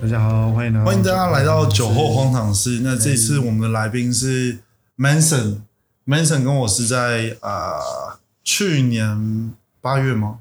大家好，欢迎来到欢迎大家来到酒后荒唐。唐事。那这次我们的来宾是 Manson，Manson 跟我是在啊、呃去年八月吗？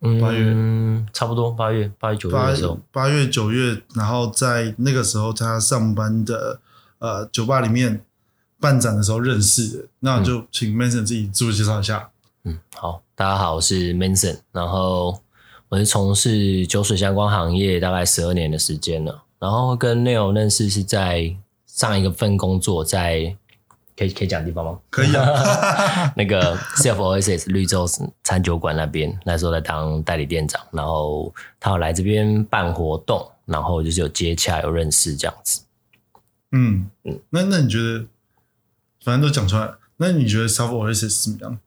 八月嗯，差不多八月八月九月八的时候，八月九月，然后在那个时候他上班的呃酒吧里面办展的时候认识的。那就请 Manson 自己自我介绍一下。嗯，好，大家好，我是 Manson，然后我是从事酒水相关行业大概十二年的时间了，然后跟 Neil 认识是在上一个份工作在。可以可以讲地方吗？可以啊， 那个 Self Oasis 绿洲餐酒馆那边，那时候在当代理店长，然后他有来这边办活动，然后就是有接洽有认识这样子。嗯，那那你觉得，反正都讲出来，那你觉得 South Oasis 怎么样？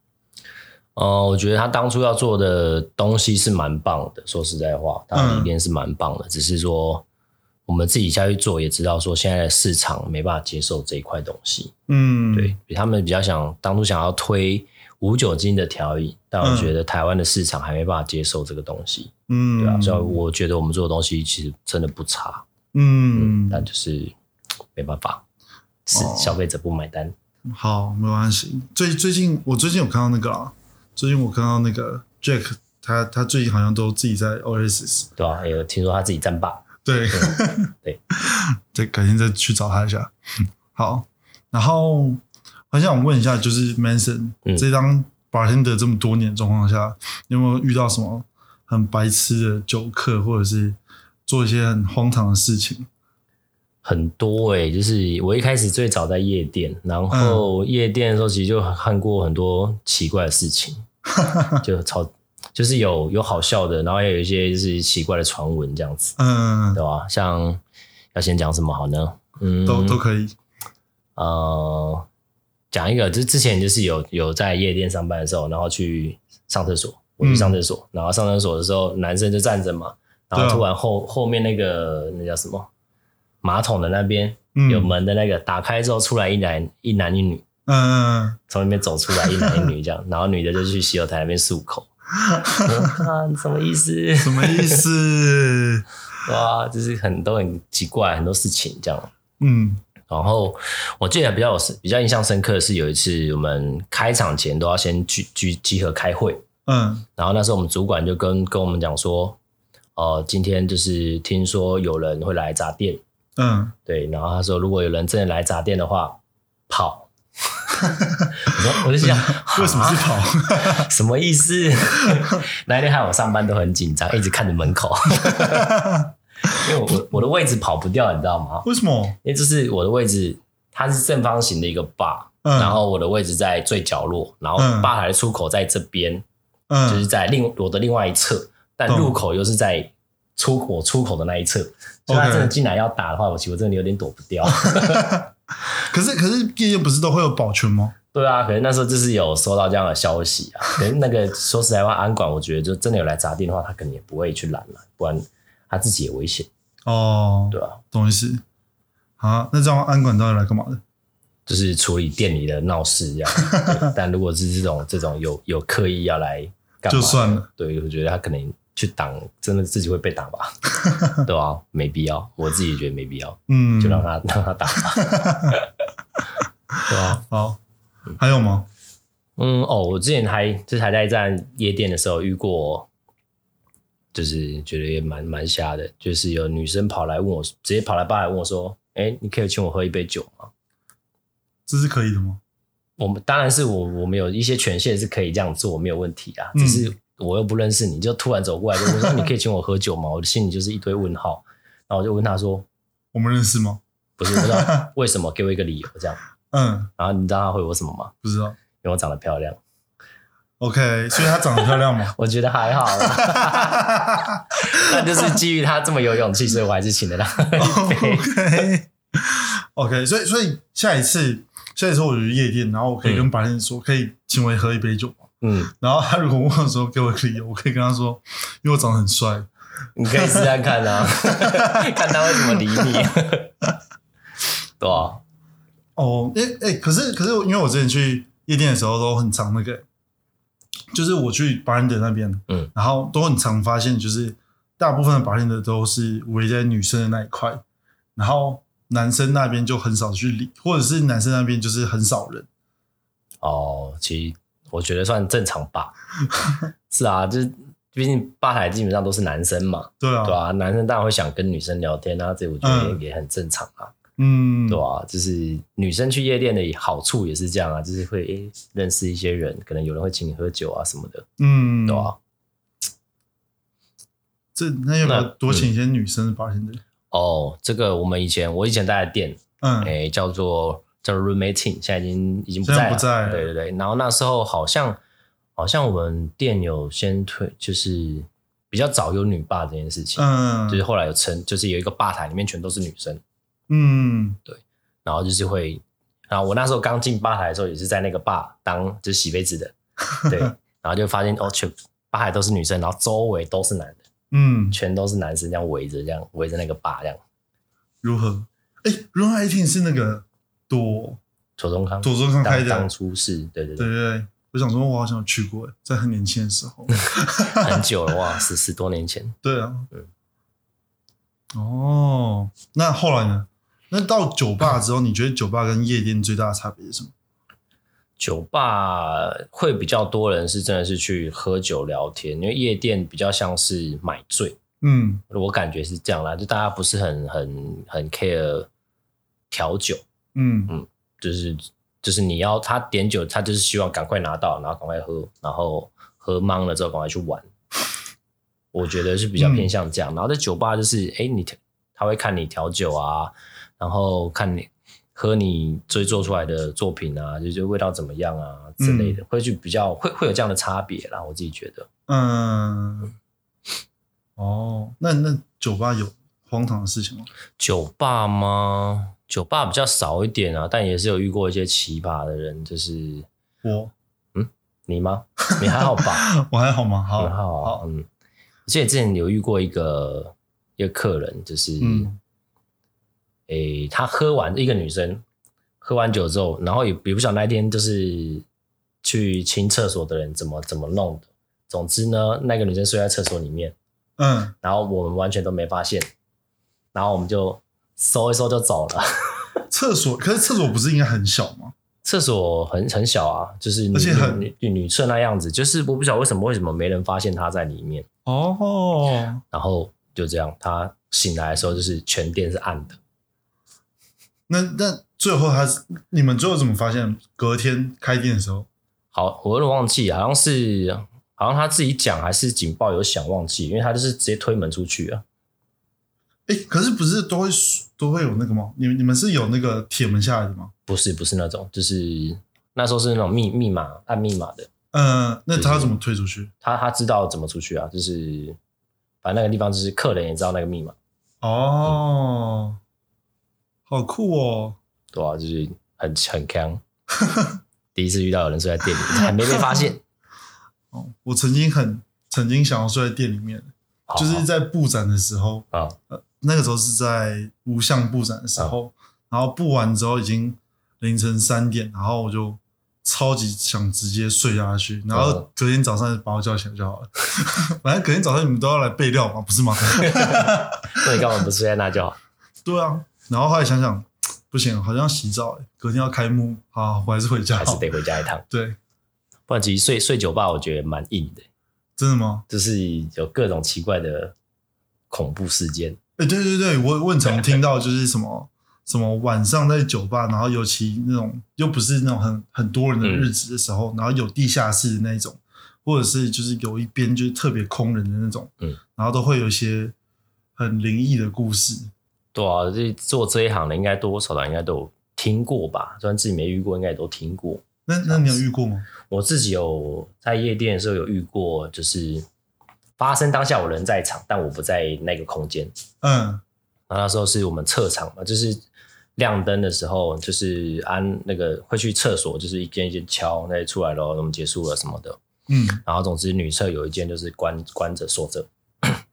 呃，我觉得他当初要做的东西是蛮棒的，说实在话，他嗯的理念是蛮棒的，只是说我们自己下去做也知道，说现在的市场没办法接受这一块东西。嗯，对，，他们比较想当初想要推无酒精的调饮，但我觉得台湾的市场还没办法接受这个东西，嗯，对啊，所以我觉得我们做的东西其实真的不差，嗯，但就是没办法，是哦消费者不买单。好，没关系。最最近我最近有看到那个啊，最近我看到那个 Jack，他他最近好像都自己在 Oasis，对啊，有听说他自己占霸，对， 对，对，改天再去找他一下。 好，然后我想问一下，就是 Manson、嗯这张 bartender 这么多年的状况下，你有没有遇到什么很白痴的酒客，或者是做一些很荒唐的事情？很多诶、就是我一开始最早在夜店，嗯然后夜店的时候其实就看过很多奇怪的事 情，就超就是有有好笑的，然后也有一些就是奇怪的传闻这样子，嗯，对吧？像要先讲什么好呢？嗯，都都可以。呃，讲一个，就是之前就是有有在夜店上班的时候，然后去上厕所，我嗯去上厕所，然后上厕所的时候，男生就站着嘛，然对啊后突然后、后面那个那叫什么马桶的那边、嗯有门的那个打开之后，出来一男一男一女。嗯，从里面走出来一男一女这 样，然后女的就去洗手台那边漱口， 我说啊，你什么意思？什么意思？ 哇，就是很多很奇怪很多事情这样。嗯然后我记得比较有比较印象深刻的是有一次我们开场前都要先聚聚集合开会，嗯然后那时候我们主管就跟跟我们讲说，呃，今天就是听说有人会来砸店，嗯，对，然后他说如果有人真的来砸店的话， 跑。我说我就想，为什么是跑？啊什么意思？那一天害我上班都很紧张，一直看着门 口，因为我我我的位置跑不掉，你知道吗？为什么？因为就是我的位置，它是正方形的一个坝，嗯然后我的位置在最角落，然后嗯吧台的出口在这边，就嗯是，在另我的另外一侧，但懂入口又是在出口出口的那一侧，所以他 OK 真的进来要打的话，我其实我真的有点躲不 掉。可是可是夜店不是都会有保全吗？对啊，可能那时候就是有收到这样的消息啊，可能那个说实在话，安管我觉得就真的有来砸店的话，他可能也不会去拦了，不然他自己也危险，哦，对吧、懂意思。啊，那这样安管到底来干嘛的？就是处理店里的闹事这样。 对但如果是这种这种有有刻意要来干嘛的，就算了对，我觉得他可能去挡，真的自己会被打 吧？对啊，没必要，我自己觉得没必要，嗯，就让他、 让他打吧。对啊，好。还有吗？嗯，哦，我之前还就是还在站夜店的时候遇过。就是觉得也蛮蛮瞎的，就是有女生跑来问我，直接跑来吧台问我说：“哎、你可以请我喝一杯酒吗？”这是可以的吗？我们当然是我我们有一些权限是可以这样做，没有问题啊。嗯只是我又不认识你，就突然走过来跟我说：“啊你可以请我喝酒吗？”我的心里就是一堆问号。然后我就问他说我们认识吗？：“不是，我说为什么？给我一个理由。”这样，嗯，然后你知道他回我什么吗？不知道。因为我长得漂亮， OK，所以她长得漂亮 吗？ 我觉得还好 啦。那就是基于他这么有勇气，所以我还是请了他。 OK OK，所以所以下一次下一次我去夜店，然后我可以跟白天说，可以请我喝一杯酒吗？嗯，然后他如果问我说给我一个理由，我可以跟他说，因为我长得很帅。你可以试试看啊， 看他会怎么理你。 对啊，哦，哎、诶哎、可是可是，因为我之前去夜店的时候都很常那个，就是我去 bartender 那边，嗯，然后都很常发现，就是大部分的 bartender 都是围在女生的那一块，然后男生那边就很少去理，或者是男生那边就是很少人。哦，其实我觉得算正常 吧。是啊，就是毕竟吧台基本上都是男生嘛，对啊，对啊，男生当然会想跟女生聊天啊，这我觉得也很正常啊，嗯，对啊，就是女生去夜店的好处也是这样啊，就是会、诶认识一些人，可能有人会请你喝酒啊什么的，嗯，对啊。这那要不要那嗯多请一些女生的 bartender？哦，这个我们以前我以前待的店，嗯，诶，叫做叫做 roommating，现在已经已经不在现在不在了对对对。然后那时候好像好像我们店有先推，就是比较早有女霸这件事情，嗯，就是后来有成，就是有一个吧台里面全都是女生，嗯，然后就是会，然后我那时候刚进吧台的时候也是在那个吧当就是洗杯子 的，对，然后就发现哦，全吧台都是女生，然后周围都是男的，嗯，全都是男生这样围着这样围着那个吧这样。如何？哎，Room Eighteen 是那个朵左宗康，左宗康开的当当初是对对对对，对对，我想说，我好像有去过，在很年轻的时候。很久了哇，十十多年前。对啊嗯，哦，那后来呢？那到酒吧之后，你觉得酒吧跟夜店最大的差别是什么？酒吧会比较多人是真的是去喝酒聊天，因为夜店比较像是买醉，嗯我感觉是这样啦，就大家不是很很很 care 调酒，嗯就是就是你要他点酒，他就是希望赶快拿到，然后赶快喝，然后喝懵了之后赶快去玩。我觉得是比较偏向这样。然后在酒吧就是，哎、你调他会看你调酒啊，然后看你喝你追做出来的作品啊，就是味道怎么样啊之类的，会去比较会会有这样的差别啦。我自己觉得，嗯，哦，那那酒吧有荒唐的事情吗？酒吧吗？酒吧比较少一点啊，但也是有遇过一些奇葩的人，就是我你吗？你还好吧？我还好吗？好，很好啊，好，嗯。我记得之前有遇过一个一个客人，就是，诶、嗯他喝完一个女生喝完酒之后，然后也也不晓得那一天就是去清厕所的人怎么怎么弄的。总之呢，那个女生睡在厕所里面，嗯，然后我们完全都没发现，然后我们就搜一搜就走了。 厕所可是厕所不是应该很小吗？厕所很很小啊，就是女而且很女女女厕那样子，就是我不晓得为什么为什么没人发现她在里面。哦，然后就这样，他醒来的时候就是全店是暗的，那那最后还是你们最后怎么发现？隔天开店的时候，好，我有点忘记，好像是好像他自己讲还是警报有响，忘记，因为他就是直接推门出去啊。哎，可是不是都会都会有那个吗？你们你们是有那个铁门下来的吗？不是不是那种，就是那时候是那种密密码按密码的，嗯，那他要怎么推出去？他他知道怎么出去啊，就是反正那个地方就是客人也知道那个密码，哦，好酷哦！对吧、就是很很 强。第一次遇到有人睡在店里，还没被发 现，哦，我曾经很曾经想要睡在店里面，好就是在布展的时候，好啊，那个时候是在无相布展的时候，嗯然后布完之后已经凌晨三点，然后我就超级想直接睡下去，然后嗯隔天早上把我叫起来就好了。 反正隔天早上你们都要来备料嘛，不是吗？那你干嘛不睡在那就好？对啊，然后后来想想，不行，好像要洗澡、隔天要开幕，好，我还是回家还好是。得回家一趟，对，不然其实睡睡酒吧我觉得蛮硬的。真的吗？就是有各种奇怪的恐怖事件。哎、对对对，我我很常听到就是什么 什么晚上在酒吧，然后尤其那种又不是那种很很多人的日子的时候，嗯然后有地下室的那种，或者是就是有一边就是特别空人的那种，嗯，然后都会有一些很灵异的故事。对啊，这做这一行的应该多少少应该都有听过吧，虽然自己没遇过，应该也都听过。那那你有遇过吗？我自己有在夜店的时候有遇过，就是发生当下我人在场，但我不在那个空间。嗯然后那时候是我们撤场嘛，就是亮灯的时候，就是安那个会去厕所，就是一间一间敲，那出来咯，我们结束了什么的。嗯然后总之女厕有一间就是关关着锁着，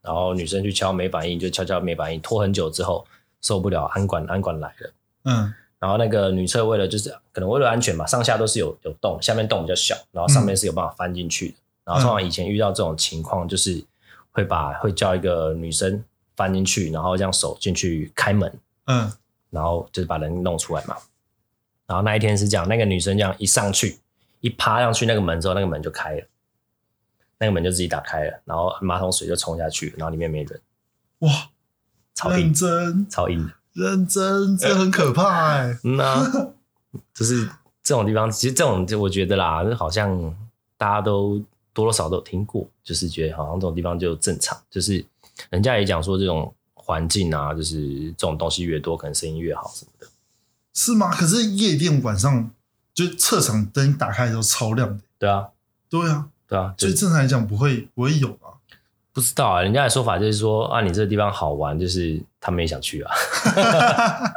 然后女生去敲没反应，就敲敲没反应，拖很久之后受不了，安管安管来了。嗯然后那个女厕为了就是可能为了安全嘛，上下都是有有洞，下面洞比较小，然后上面是有办法翻进去的。然后通常以前遇到这种情况，就是会把会叫一个女生翻进去，然后让手进去开门，嗯然后就是把人弄出来嘛。然后那一天是这样，那个女生这样一上去，一爬上去那个门之后，那个门就开了，那个门就自己打开了，然后马桶水就冲下去，然后里面没人，哇，超硬认，真超硬的。认真，这很可怕哎、嗯啊，就是这种地方，其实这种就我觉得啦，就好像大家都多多少少都有听过，就是觉得好像这种地方就正常，就是人家也讲说这种环境啊，就是这种东西越多，可能生意越好什么的。是吗？可是夜店晚上就侧场灯打开的时候超亮的，对啊，对啊，对啊，就所以正常来讲不会不会有啊。不知道啊，人家的说法就是说啊，你这个地方好玩，就是他们也想去啊。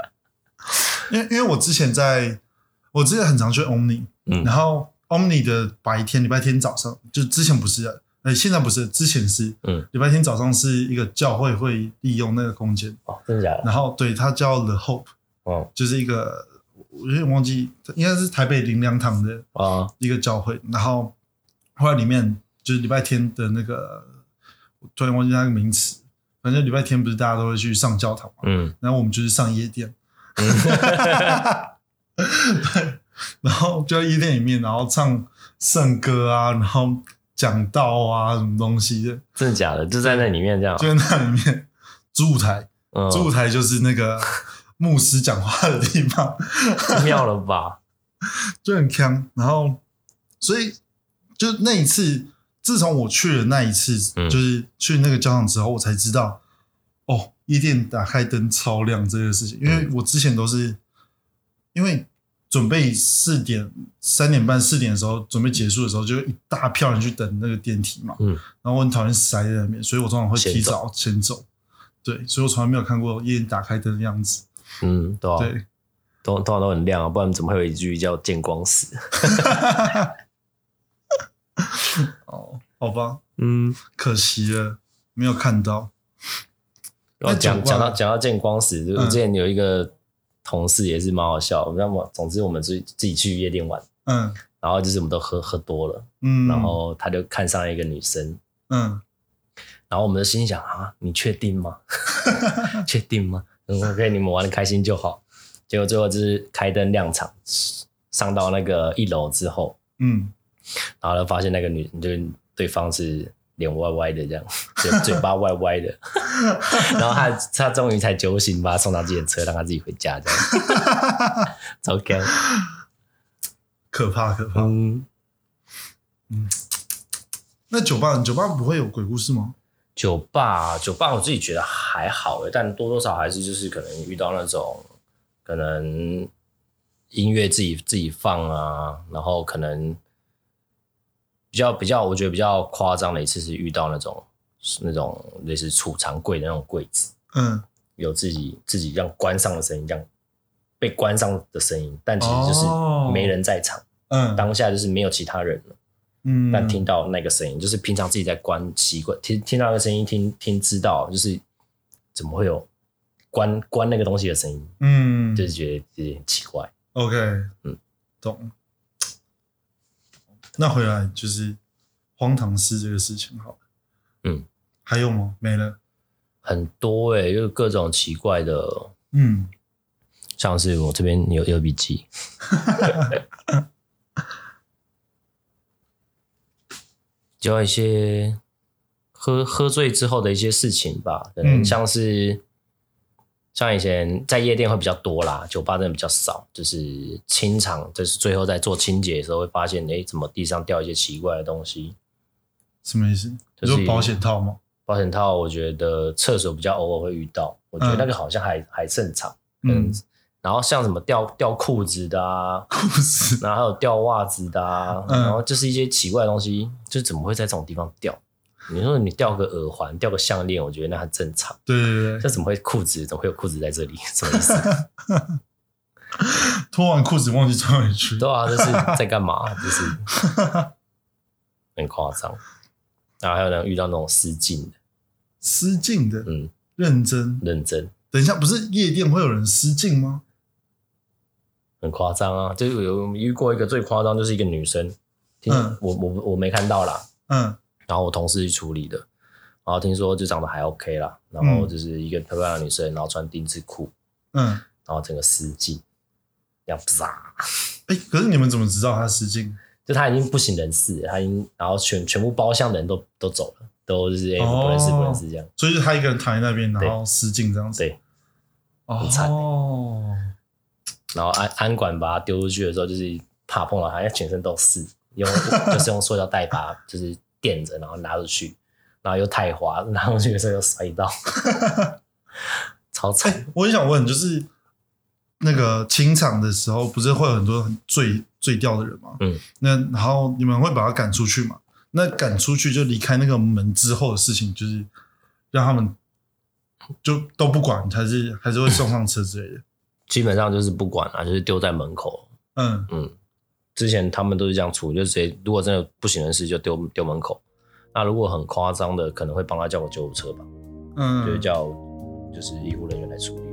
因为因为我之前在，我之前很常去 Omni，、嗯然后 Omni 的白天礼拜天早上，就之前不是啊，呃，现在不是，之前是，嗯，礼拜天早上是一个教会会利用那个空间，哦，真的假的？然后对它叫 The Hope，哦就是一个我有点忘记，应该是台北林良堂的啊，一个教会，然后后来里面就是礼拜天的那个，我突然忘记那个名词，反正礼拜天不是大家都会去上教堂嘛，嗯，然后我们就是上夜店， 对，然后就在夜店里面，然后唱圣歌啊，然后讲道啊，什么东西的，真的假的？就在那里面这样，就在那里面主舞台，嗯，主舞台就是那个牧师讲话的地方，妙了吧？ 就很坑。然后，所以就那一次，自从我去了那一次，嗯就是去那个教堂之后，我才知道，哦，夜店打开灯超亮这个事情。因为嗯我之前都是因为准备四点、三点半、四点的时候准备结束的时候，就一大票人去等那个电梯嘛。嗯然后我很讨厌塞在那边，所以我通常会提先走早先走。对，所以我从来没有看过夜店打开灯的样子。嗯，对啊，对，都通常都很亮啊，不然怎么会有一句叫“见光死哦，好吧，”？嗯，可惜了，没有看到。然后那讲酒吧讲到讲到见光死，就嗯我之前有一个同事也是蛮好笑，那么总之我们自己自己去夜店玩，嗯然后就是我们都喝喝多了，嗯，然后他就看上了一个女生，嗯，然后我们就心想啊，你确定吗？ 确定吗？嗯，OK，你们玩的开心就好。结果最后就是开灯亮场，上到那个一楼之后，嗯，然后就发现那个女就是对方是脸歪歪的这样，嘴嘴巴歪歪的，然后他他终于才酒醒，把他送到自己的车，让他自己回家这样，超干，可怕可怕。嗯，那酒吧酒吧不会有鬼故事吗？酒吧，酒吧我自己觉得还好诶，但多多少还是就是可能遇到那种可能音乐自己自己放啊，然后可能比较比较，我觉得比较夸张的一次是遇到那种那种类似储藏柜的那种柜子，嗯，有自己自己让关上的声音，让被关上的声音，但其实就是哦没人在场，嗯当下就是没有其他人了。嗯，但听到那个声音，就是平常自己在关习惯，听听到那个声音，听听知道，就是怎么会有关关那个东西的声音，嗯，就是觉得有点奇怪。 OK，嗯，懂。那回来就是荒唐事这个事情好了。嗯，还有吗？没了。很多诶、就是各种奇怪的，嗯，像是我这边有有笔记，就一些喝喝醉之后的一些事情吧，可能嗯像是、像以前在夜店会比较多啦，酒吧真的比较少，就是清场，就是最后在做清洁的时候会发现，哎、怎么地上掉一些奇怪的东西？什么意思？就你是说保险套吗？保险套，我觉得厕所比较偶尔会遇到，我觉得那个好像还、还正常。嗯嗯，，然后像什么掉掉裤子的啊，故事。然后还有掉袜子的啊，嗯然后就是一些奇怪的东西，就怎么会在这种地方掉？你说你掉个耳环、掉个项链，我觉得那很正常。对对对这对，怎么会裤子？怎么会有裤子在这里？ 什么意思？脱完裤子忘记穿回 去。对啊，这是在干嘛？就是很夸张。然后还有人遇到那种失禁的，失禁的，嗯，认真。认真，等一下，不是夜店会有人失禁吗？很夸张啊。就是有遇过一个最夸张，就是一个女生，听嗯我我我没看到啦，嗯然后我同事去处理的，然后听说就长得还 OK 啦，然后就是一个漂亮的女生，然后穿丁字裤，嗯，然后整个丝巾，这样啪，哎、可是你们怎么知道他失禁？就她已经不省人事了，她已经然后全全部包厢的人都都走了，都就是哎、哦不认识不认识这样，所以就他一个人躺在那边，对然后失禁这样子。对，很惨哦，然后安安管把她丢出去的时候，就是怕碰到她，全身都是，用就是用塑料袋把她就是垫着，然后拿出去，然后又太滑，拿出去的时候又摔到， 超惨。我很想问，就是那个清场的时候，不是会有很多很醉醉掉的人吗？嗯，那然后你们会把他赶出去嘛？那赶出去就离开那个门之后的事情，就是让他们就都不管，还是还是会送上车之类的。基本上就是不管了、就是丢在门口。嗯，之前他们都是这样处理，就直接如果真的不省人事就丢丢门口。那如果很夸张的，可能会帮他叫个救护车吧，嗯，就是叫就是医护人员来处理。